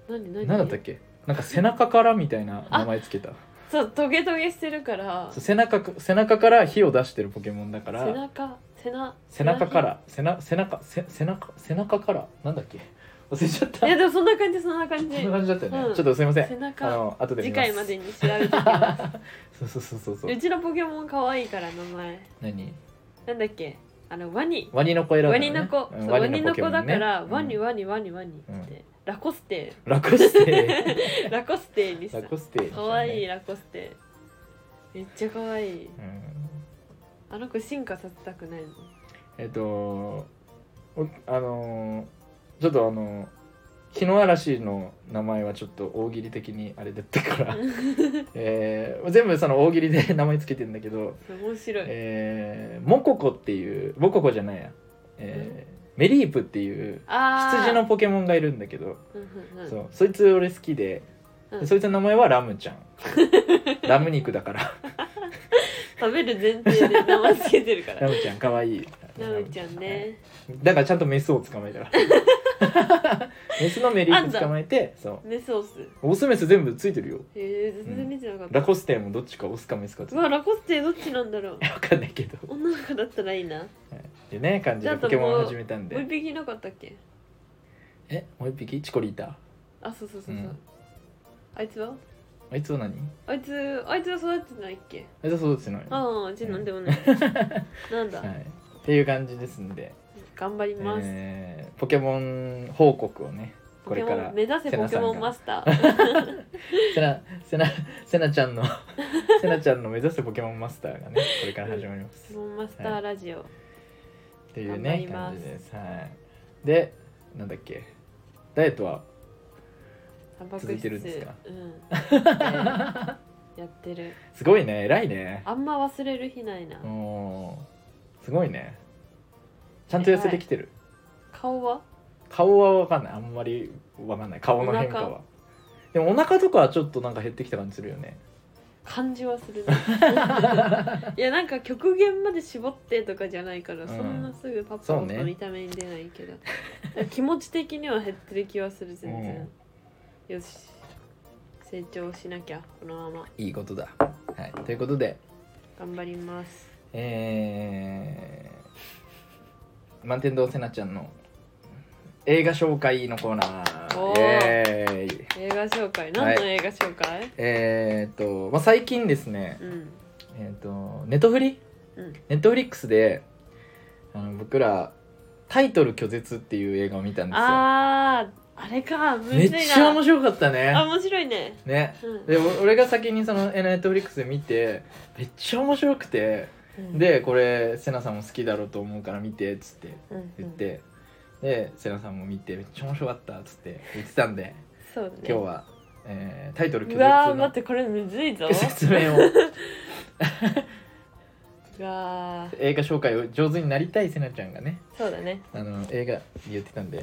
Speaker 2: 何
Speaker 1: ー、
Speaker 2: 何
Speaker 1: なんだったっけなんか背中からみたいな名前つけた
Speaker 2: そうトゲトゲしてるから
Speaker 1: そう背中か背中から火を出してるポケモンだか
Speaker 2: 背
Speaker 1: ら
Speaker 2: 中背中
Speaker 1: 背中から背な背中せ背中背中からなんだっけ忘れちゃった
Speaker 2: いやでもそんな感じそんな感じ
Speaker 1: そんな感じだ ったよね、
Speaker 2: うん
Speaker 1: ちょっとすいませ
Speaker 2: 背
Speaker 1: んあ
Speaker 2: 中
Speaker 1: の後で見
Speaker 2: 次
Speaker 1: ます
Speaker 2: 回までに調べてきま
Speaker 1: そうそうそうそうそ
Speaker 2: すう
Speaker 1: う
Speaker 2: ちのポケモン可愛いから名前
Speaker 1: 何
Speaker 2: なんだっけあのワニ
Speaker 1: ワニの子選んだ
Speaker 2: ワ
Speaker 1: の
Speaker 2: ニ
Speaker 1: ね
Speaker 2: の子、
Speaker 1: うん
Speaker 2: そうワ
Speaker 1: ワ
Speaker 2: ニ
Speaker 1: ニ
Speaker 2: の
Speaker 1: の
Speaker 2: 子
Speaker 1: 子ポケモンね
Speaker 2: だから、ワニ
Speaker 1: うん
Speaker 2: ワニワニワニって、ラコステ
Speaker 1: 楽して
Speaker 2: ラコステにした
Speaker 1: 楽して
Speaker 2: かわいいラコステめっちゃかわいい
Speaker 1: うん
Speaker 2: あの子進化させたくないの
Speaker 1: えっとおあのーちょっとあのー日の嵐の名前はちょっと大喜利的にあれだった から、 えー全部その大喜利で 名前つけてんだけど、
Speaker 2: 面白い、
Speaker 1: えーモココっていうモココじゃないや、えーメリープっていう
Speaker 2: あー
Speaker 1: 羊の、ポケモンがいるんだけど
Speaker 2: うんうんうん、
Speaker 1: そうそいつ俺好きで、
Speaker 2: うん
Speaker 1: でそいつの名前はラム ちゃんラム肉だから
Speaker 2: 食べる前提で名前つけ てるか
Speaker 1: ラ
Speaker 2: ら
Speaker 1: ムちゃんかわいい
Speaker 2: なおちゃんね
Speaker 1: だからちゃんとメスを捕まえたら メスのメリーク捕まえてそう
Speaker 2: メスオス
Speaker 1: オスメス全部ついてるよ
Speaker 2: へえ全然見てなかった、
Speaker 1: ラコステもどっちかオスかメスかつ
Speaker 2: うわラコステどっちなんだ ろう
Speaker 1: 分かんないけどっ
Speaker 2: 女の子だったらいいな
Speaker 1: てね感じ
Speaker 2: ち
Speaker 1: で
Speaker 2: ょっと
Speaker 1: ポケモン
Speaker 2: もう
Speaker 1: 始めたん
Speaker 2: もう一
Speaker 1: で
Speaker 2: 匹いなかったっけ
Speaker 1: えもう一匹チコリータ
Speaker 2: あそうそうそうそう、
Speaker 1: うん
Speaker 2: あいつは
Speaker 1: あいつは何
Speaker 2: あいつあいつは育ってないっけ
Speaker 1: あいつはそうですよねは
Speaker 2: ああじゃあなんでもないなんだ、
Speaker 1: いっていう感じですんで、
Speaker 2: 頑張ります、
Speaker 1: えーポケモン報告をね
Speaker 2: ポ
Speaker 1: こ
Speaker 2: ケ
Speaker 1: れ
Speaker 2: モ
Speaker 1: か
Speaker 2: ン
Speaker 1: ら
Speaker 2: 目指せ
Speaker 1: セ
Speaker 2: ポ
Speaker 1: ナ
Speaker 2: ケ
Speaker 1: さん
Speaker 2: モ
Speaker 1: が
Speaker 2: ンマス ター
Speaker 1: せなせなせなちゃんのせなちゃんの目指すポケモンマスターがねこれから始まります
Speaker 2: ポケモンマスターラジオ、
Speaker 1: っていう
Speaker 2: 頑張り
Speaker 1: ね
Speaker 2: ます
Speaker 1: 感じです。はい。で、なんだっけ、ダイエットは
Speaker 2: タンパク質
Speaker 1: 続いてるんですか
Speaker 2: うん ねやってる
Speaker 1: すごいね、偉いね。
Speaker 2: あんま忘れる日ないな、
Speaker 1: おすごいね。ちゃんと痩せてきてる。
Speaker 2: 顔は
Speaker 1: 顔はわかんない、あんまりわかんない、顔の変化
Speaker 2: お
Speaker 1: は。でもお腹とかはちょっとなんか減ってきた感じするよね。
Speaker 2: 感じはす るねいやなんか極限まで絞ってとかじゃないから、
Speaker 1: ん
Speaker 2: そんなすぐパッパ
Speaker 1: そう
Speaker 2: ッ
Speaker 1: ね
Speaker 2: と見た目に出ないけど、気持ち的には減ってる気はする全然、よし成長しなきゃこのまま
Speaker 1: いいことだ。はい、ということで、
Speaker 2: 頑張ります
Speaker 1: えー、満天堂せなちゃんの映画紹介のコーナー。
Speaker 2: お
Speaker 1: イ
Speaker 2: ー
Speaker 1: エーイ
Speaker 2: 映画紹介何の映画紹介、
Speaker 1: えー、っと、まあ、最近ですね、
Speaker 2: うん
Speaker 1: えっ、とネットフリ
Speaker 2: うん
Speaker 1: ネットフリックスであの僕ら「タイトル拒絶」っていう映画を見たんですよ
Speaker 2: あああれかむず
Speaker 1: め
Speaker 2: い
Speaker 1: っ
Speaker 2: な
Speaker 1: ちゃ面白かった
Speaker 2: あ
Speaker 1: ね
Speaker 2: 面白いね
Speaker 1: ね
Speaker 2: うん
Speaker 1: でお俺が先にそのえネットフリックスで見てめっちゃ面白くて
Speaker 2: うん
Speaker 1: でこれセナさんも好きだろうと思うから見てっつって
Speaker 2: うんうん
Speaker 1: 言って、でセナさんも見てめっちゃ面白かったっつって言ってたんで
Speaker 2: そうだね
Speaker 1: 今日は、えータイトル拒
Speaker 2: うわー
Speaker 1: 絶
Speaker 2: 待っ
Speaker 1: の
Speaker 2: てこれむずいぞ
Speaker 1: 説明を
Speaker 2: うわー
Speaker 1: 映画紹介を上手になりたいせなちゃんがね
Speaker 2: そうだね
Speaker 1: あの映画言ってたんで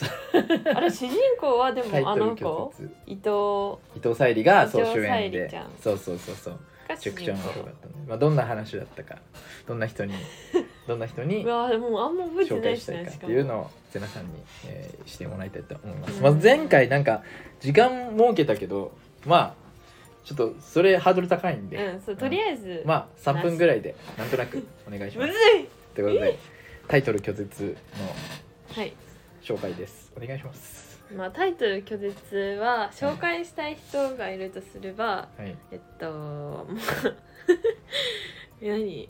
Speaker 2: あれ主人公はで
Speaker 1: タイ
Speaker 2: も
Speaker 1: ト
Speaker 2: あの
Speaker 1: ル
Speaker 2: 子
Speaker 1: 共通
Speaker 2: 伊藤
Speaker 1: 伊藤沙莉が総主演
Speaker 2: 伊藤沙莉
Speaker 1: で
Speaker 2: ちゃん
Speaker 1: そうそうそうそう
Speaker 2: が
Speaker 1: めち
Speaker 2: 主
Speaker 1: ゃくちゃ
Speaker 2: 人
Speaker 1: 面白か
Speaker 2: 公
Speaker 1: ったんで、まあ、どんな話だったかどんな 人にどんな人に
Speaker 2: うわーもうあんま覚えて
Speaker 1: 紹
Speaker 2: な
Speaker 1: 介
Speaker 2: い
Speaker 1: し
Speaker 2: した
Speaker 1: い
Speaker 2: ね
Speaker 1: かっ
Speaker 2: してか
Speaker 1: いう
Speaker 2: も
Speaker 1: のを瀬名さんに、えーしてもらいたいと思います、
Speaker 2: うん
Speaker 1: まあ、前回なんか時間設けたけどまあちょっとそれハードル高いんで、
Speaker 2: うんそうとりあえず
Speaker 1: まあ3分ぐらい でなんとなくお願いしま
Speaker 2: む
Speaker 1: す
Speaker 2: ずい
Speaker 1: ということでタイトル拒絶
Speaker 2: はい
Speaker 1: の紹介ですお願いします
Speaker 2: まあタイトル拒絶は紹介したい人がいるとすれば
Speaker 1: はい
Speaker 2: えっと まあ何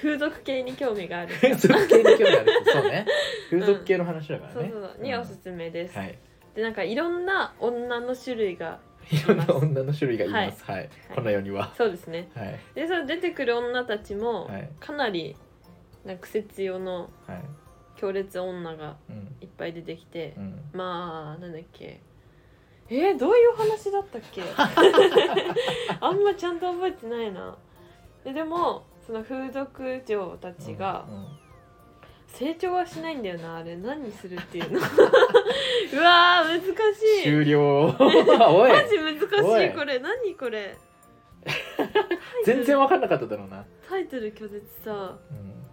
Speaker 2: 風俗系に興味が あ る人
Speaker 1: 風俗系に興味ある人そうね風俗系の話だから
Speaker 2: そう
Speaker 1: ね、
Speaker 2: そうにはおすすめです、
Speaker 1: はい
Speaker 2: でなんかいろんな女の種類が
Speaker 1: いろんな女の種類がいますはい、この世には
Speaker 2: そうですね
Speaker 1: はい
Speaker 2: でその出てくる女たちも、
Speaker 1: はい
Speaker 2: かなりなんか節強の
Speaker 1: はい
Speaker 2: 強烈女が
Speaker 1: うん
Speaker 2: いっぱい出てきて
Speaker 1: う、ん
Speaker 2: まあなんだっけえー、どういう話だったっけ あんまちゃんと覚えてないなででもその風俗嬢たちが
Speaker 1: うんうん
Speaker 2: 成長はしないんだよなあれ何するっていう のうわー難しい
Speaker 1: 終 了おい
Speaker 2: マジ難し
Speaker 1: お
Speaker 2: い
Speaker 1: い
Speaker 2: これ何 これ
Speaker 1: 全然分かんなかっただろうな、
Speaker 2: タイトル拒絶さ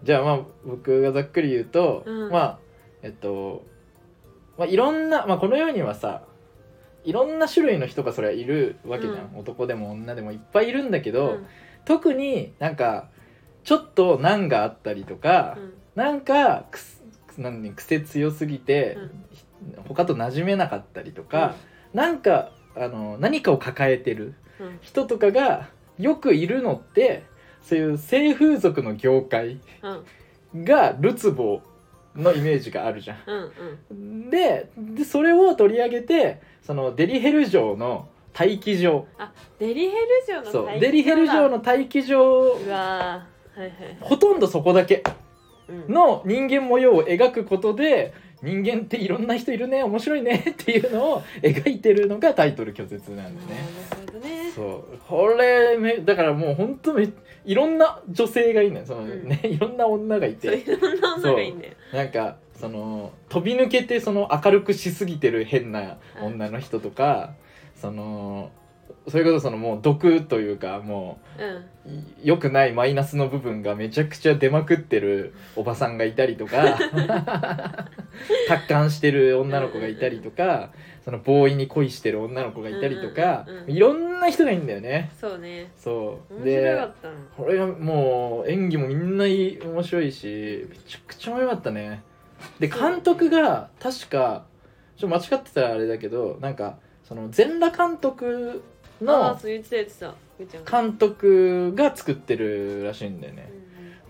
Speaker 1: じゃあまあ僕がざっくり言うと、
Speaker 2: うん
Speaker 1: まあえっと、まあ、いろんな、まあ、この世にはさいろんな種類の人がそれはいるわけじゃん、男でも女でもいっぱいいるんだけ
Speaker 2: う
Speaker 1: ど、
Speaker 2: ん
Speaker 1: 特になんかちょっと難があったりとか、
Speaker 2: うん
Speaker 1: なんかくすなんに癖強すぎて
Speaker 2: う、
Speaker 1: 他と馴染めなかったりとか、なんかあの何かを抱えてる
Speaker 2: うん
Speaker 1: 人とかがよくいるのってそういう性風俗の業界
Speaker 2: うん
Speaker 1: がるつぼのイメージがあるじゃ
Speaker 2: うんうん
Speaker 1: ん。ででそれを取り上げてそのデリヘル城の待機場
Speaker 2: デリヘル城の
Speaker 1: そう
Speaker 2: 大
Speaker 1: デリヘル城
Speaker 2: の
Speaker 1: の待機場
Speaker 2: うわーはいはい
Speaker 1: ほとんどそこだけ
Speaker 2: うん
Speaker 1: の人間模様を描くことで人間っていろんな人いるね面白いね っていうのを描いてるのがタイトル拒絶なんですね。
Speaker 2: なるほどね
Speaker 1: そうこれめだからもう本当めいろんな女性がいるのよその、
Speaker 2: うん
Speaker 1: ねいろんな女がい
Speaker 2: そう
Speaker 1: て
Speaker 2: いろんな女がいいんだよ
Speaker 1: なんかその飛び抜けてその明るくしすぎてる変な女の人とか、そのそれこそそのもう毒というかも
Speaker 2: うん
Speaker 1: うい良くないマイナスの部分がめちゃくちゃ出まくってるおばさんがいたりと か達観してる女の子がいたりとかそのボーイに恋してる女の子がいたりとか、
Speaker 2: うんうんうんうん
Speaker 1: いろんな人がいるんだよね。
Speaker 2: そうね
Speaker 1: そう
Speaker 2: 面白か
Speaker 1: で
Speaker 2: ったの
Speaker 1: これがもう演技もみんないい面白いしめちゃくちゃ面白かったねで
Speaker 2: そうだね
Speaker 1: 監督が確かちょっと間違ってたらあれだけどなんかその全裸監督
Speaker 2: ああ
Speaker 1: の
Speaker 2: ーそう言ってた言ってたふーちゃんが
Speaker 1: 監督が作ってるらしいんだよね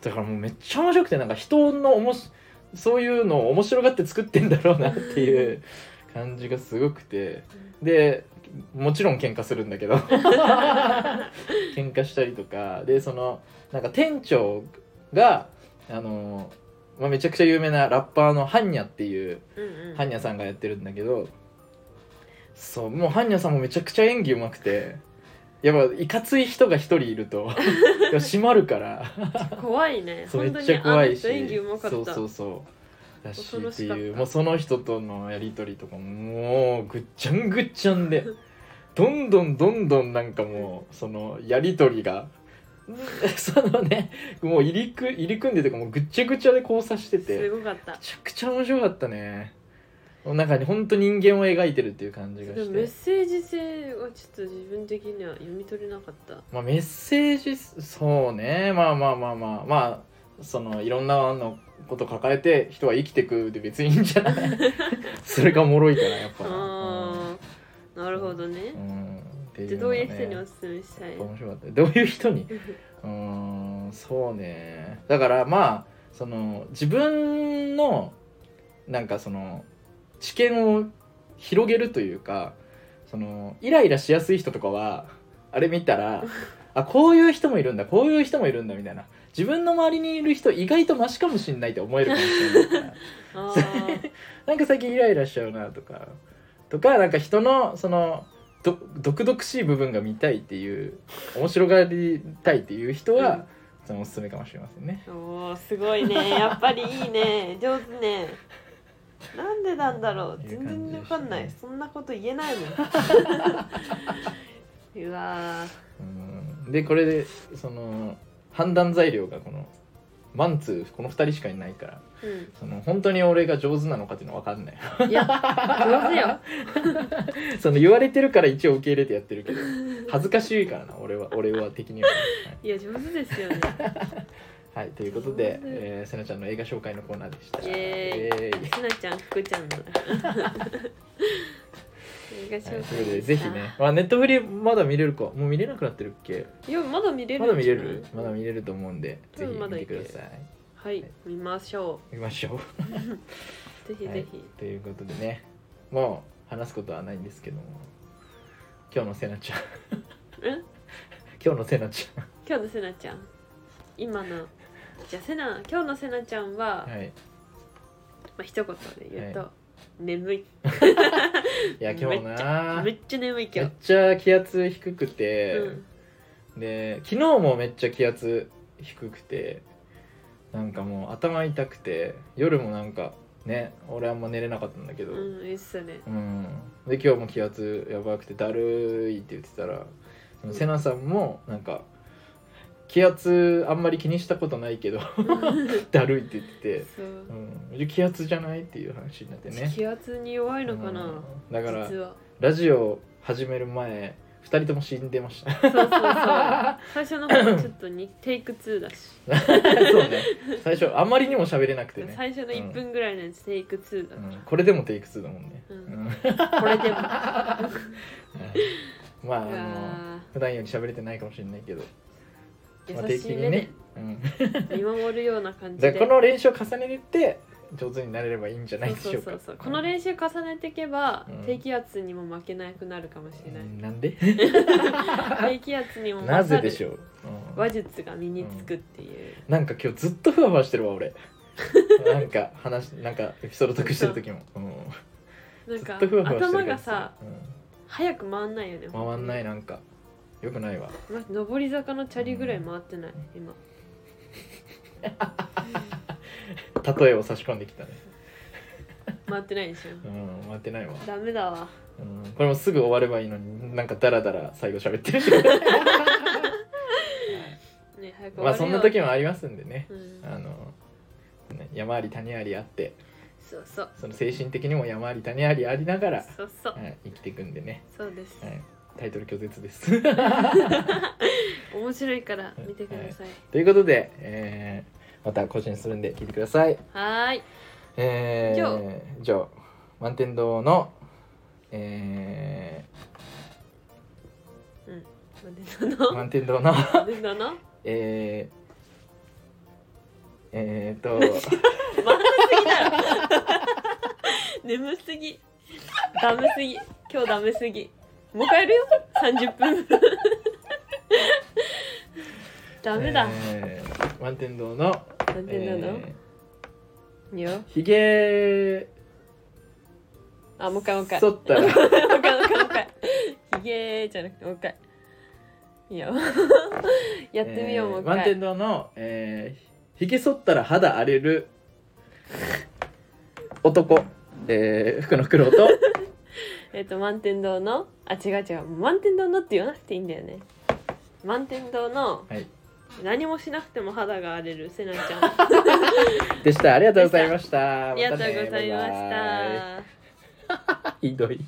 Speaker 1: だからもうめっちゃ面白くてなんか人のおもしそういうのを面白がって作ってんだろうなっていう感じがすごくてでもちろん喧嘩するんだけど喧嘩したりとかでそのなんか店長があの、まあ、めちゃくちゃ有名なラッパーのハンニャっていう
Speaker 2: うんうんうん
Speaker 1: ハンニャさんがやってるんだけどそうもうハンニャさんもめちゃくちゃ演技うまくてやっぱいかつい人が一人いる といや閉まるから。
Speaker 2: 怖い ね
Speaker 1: そうめ
Speaker 2: 本当
Speaker 1: っち
Speaker 2: に
Speaker 1: ゃ
Speaker 2: あの
Speaker 1: 怖いし
Speaker 2: 人演技うまか
Speaker 1: そう
Speaker 2: った
Speaker 1: そうそうだし
Speaker 2: 恐ろ
Speaker 1: って
Speaker 2: しかった
Speaker 1: いうもうその人とのやり取りとかももうぐっちゃんぐっちゃんで どんどんどんどんなんかもうそのやり取りが そのねもう入りく入り組んでとかもうぐっちゃぐちゃで交差してて
Speaker 2: す
Speaker 1: め
Speaker 2: ごかった
Speaker 1: ちゃくちゃ面白かったねなんかね本当人間を描いてるっていう感じが
Speaker 2: で
Speaker 1: し
Speaker 2: もメッ
Speaker 1: て。
Speaker 2: セージ性はちょっと自分的には読み取れなかった
Speaker 1: まあ、メッセージそうねまあまあまあまあまあそのいろんなのこと抱えて人は生きてくで別にいいんじゃない それがおもろいからやっぱ
Speaker 2: ああなるほどね
Speaker 1: うんって
Speaker 2: じゃ
Speaker 1: の
Speaker 2: あど
Speaker 1: が
Speaker 2: う
Speaker 1: ね
Speaker 2: いう人におすすめしたい
Speaker 1: 面白かったどういう人にうんそうねだからまあその自分のなんかその知見を広げるというかそのイライラしやすい人とかはあれ見たらあこういう人もいるんだこういう人もいるんだみたいな自分の周りにいる人意外とマシかもしんないって思えるかもしれないから
Speaker 2: あ
Speaker 1: なんか最近イライラしちゃうなとかとかなんか人のそのど毒々しい部分が見たいっていう面白がりたいっていう人は、
Speaker 2: うん
Speaker 1: そのおすすめかもしれませんね
Speaker 2: おーすごいねやっぱりいいね上手ねなんでなんだろう
Speaker 1: っていう
Speaker 2: 全
Speaker 1: 感じでしたね
Speaker 2: 然わかんない、そんなこと言えないもんうわ
Speaker 1: うんでこれでその判断材料がこのマンツーこの2人しかいないから
Speaker 2: ー
Speaker 1: その本当に俺が上手なのかっていうのは分かんない
Speaker 2: うんいや上手よ
Speaker 1: その言われてるから一応受け入れてやってるけ ど恥ずかしいからな俺は俺は的に は、はい
Speaker 2: いや上手ですよね
Speaker 1: はい、ということで
Speaker 2: 上手、
Speaker 1: えー、せなちゃんの映画紹介のコーナーでした。
Speaker 2: イエ
Speaker 1: イエーイ
Speaker 2: ひなちゃん福ちゃんの映画紹介でした
Speaker 1: はい、ということで、ぜひね、まあ、ネットフリまだ見れるか、もう見れなくなってるっけ。
Speaker 2: いやまだ見れる
Speaker 1: ま
Speaker 2: んじ
Speaker 1: だ
Speaker 2: ゃな
Speaker 1: 見
Speaker 2: い
Speaker 1: れる、まだ見れると思うんで、
Speaker 2: 多
Speaker 1: ぜ
Speaker 2: 分
Speaker 1: ひ
Speaker 2: ま
Speaker 1: 見
Speaker 2: だい
Speaker 1: て
Speaker 2: け
Speaker 1: く
Speaker 2: る
Speaker 1: ださい。
Speaker 2: はい見ましょ
Speaker 1: 見ましょ
Speaker 2: うぜひ
Speaker 1: う。は
Speaker 2: ぜ
Speaker 1: い
Speaker 2: ひ、、
Speaker 1: ということでね、もう話すことはないんですけども。今日のせなちゃん、
Speaker 2: うん
Speaker 1: 今日のせなち
Speaker 2: 今日のせなちゃん今のじゃあせな今日のせなちゃんは、
Speaker 1: ゃん、はい、い
Speaker 2: まあ一言で言うと、
Speaker 1: は
Speaker 2: 眠い
Speaker 1: や、今日な
Speaker 2: め。っちゃ眠い
Speaker 1: め
Speaker 2: 今
Speaker 1: っ
Speaker 2: 日、
Speaker 1: ちゃ気圧低く
Speaker 2: う
Speaker 1: て、
Speaker 2: ん、
Speaker 1: で昨日もめっちゃ気圧低くてなんかもう頭痛くて夜もなんかね俺あんま寝れなかったんだけど、うん
Speaker 2: うんいいっすね
Speaker 1: で今日も気圧やばくてだるいって言ってたらそのセナさんもなんか気圧あんまり気にしたことない けどだるいって言ってて、
Speaker 2: そう、
Speaker 1: うん、気圧じゃないっていう話になってね。
Speaker 2: 気圧に弱いのかな、
Speaker 1: うんだから
Speaker 2: 実は
Speaker 1: ラジオ始める前2人とも死んでました
Speaker 2: そうそうそう最初の方ちょっとにテイク2だし、
Speaker 1: そうね最初あまりにも喋れなくてね
Speaker 2: 最初の1分ぐらいのやつ、テイク2だ
Speaker 1: う、んこれでもテイク2だもんね、
Speaker 2: うん
Speaker 1: うん
Speaker 2: これ でも
Speaker 1: まああ
Speaker 2: う
Speaker 1: の
Speaker 2: わ
Speaker 1: 普段より喋れてないかもしれないけど、まあ、
Speaker 2: ー優しい目で、
Speaker 1: うん、
Speaker 2: 見守るような感じ
Speaker 1: じゃ
Speaker 2: で
Speaker 1: あこの練習を重ねて上手になれればいいんじゃないでしょうか
Speaker 2: そうそうそうこの練習重ねていけば、
Speaker 1: うん
Speaker 2: 低気圧にも負けなくなるかもしれない、
Speaker 1: うんなんで
Speaker 2: 低気圧にも
Speaker 1: なぜでしょ
Speaker 2: る
Speaker 1: う、うん
Speaker 2: 話術が身につくっていう、
Speaker 1: なんか今日ずっとふわふわしてるわ 俺なんか話なんかエピソード得してる時も、うん
Speaker 2: なん
Speaker 1: ず
Speaker 2: か
Speaker 1: っとふわふわしてる
Speaker 2: 頭
Speaker 1: 感
Speaker 2: が
Speaker 1: じ
Speaker 2: さ、早く回んないよね
Speaker 1: うん回んない
Speaker 2: な
Speaker 1: なんかよくないわ
Speaker 2: 上り坂のチャリぐらい回ってない、今
Speaker 1: 例えを差し込んできたね
Speaker 2: 回ってないでしょ、
Speaker 1: うん回ってないわ
Speaker 2: ダメだわ
Speaker 1: うんこれもすぐ終わればいいのになんかダラダラ最後喋って る
Speaker 2: ね早く終
Speaker 1: ま
Speaker 2: わ
Speaker 1: あ
Speaker 2: る
Speaker 1: そ
Speaker 2: よ
Speaker 1: んな時もありますんでね
Speaker 2: うん、
Speaker 1: あのね山あり谷ありあって
Speaker 2: そうそう
Speaker 1: その精神的にも山あり谷ありありながら、
Speaker 2: そうそう
Speaker 1: はい、生きていくんでね、
Speaker 2: そうです、
Speaker 1: はい、タイトル拒絶です
Speaker 2: 面白いから見てください
Speaker 1: ということで、えーまた更新するんで聞いてください
Speaker 2: はーい
Speaker 1: えー、
Speaker 2: 今
Speaker 1: 以上満天堂のえ
Speaker 2: 何だ
Speaker 1: ー、
Speaker 2: の
Speaker 1: 満天堂の
Speaker 2: 何だの
Speaker 1: えーえー、っと
Speaker 2: 眠すぎダメすぎ今日ダメすぎもう一回やるよ30分 ダメだ、
Speaker 1: えー満天堂の
Speaker 2: なんでなの、
Speaker 1: え
Speaker 2: いいよ
Speaker 1: ーひげ
Speaker 2: あもう一回もう一回
Speaker 1: 剃
Speaker 2: もう
Speaker 1: ったら
Speaker 2: 一回もう一回もう一回ひげじゃなくてもう一回いいよ やってみよう、
Speaker 1: えー
Speaker 2: もう一
Speaker 1: 満
Speaker 2: 回
Speaker 1: 天堂の、えー、ひげ剃ったら肌荒れる男、えー、福野九郎と
Speaker 2: えっ、と満天堂のあ違う違う満天堂のって言わなくていいんだよね満天堂の
Speaker 1: はい
Speaker 2: 何もしなくても肌が荒れるせなちゃん
Speaker 1: でした ありがとうございました
Speaker 2: ありがとうございました。
Speaker 1: たねバイバイひどい